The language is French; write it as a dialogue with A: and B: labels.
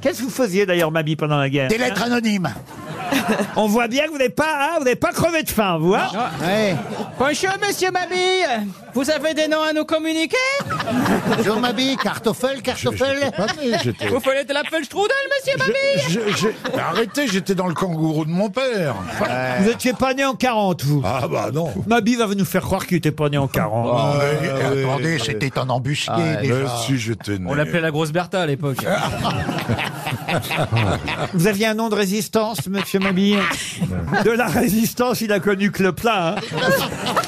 A: Qu'est-ce que vous faisiez d'ailleurs, Mabi, pendant la guerre
B: Des lettres anonymes.
A: On voit bien que vous n'êtes pas, hein, vous n'êtes pas crevé de faim, vous. hein
B: Ouais.
C: Bonjour, monsieur Mabille. Vous avez des noms à nous communiquer
B: Bonjour Mabi, Cartoffel, Cartoffel.
D: Pas né, j'étais-
C: Vous voulez de l'Apfelstrudel, monsieur Mabille
D: Je- je- Arrêtez, j'étais dans le kangourou de mon père.
A: Vous n'étiez pas né en 40, vous.
D: Ah bah non.
A: Mabi va nous faire croire qu'il n'était pas né en 40.
B: Ouais,
D: ouais, ouais,
B: attendez,
D: ouais.
B: c'était un embusqué
D: Mais
B: déjà.
D: si j'étais né.
C: On l'appelait la grosse Bertha à l'époque.
A: Vous aviez un nom de résistance, monsieur Mabi De la résistance, il a connu que le plat. hein.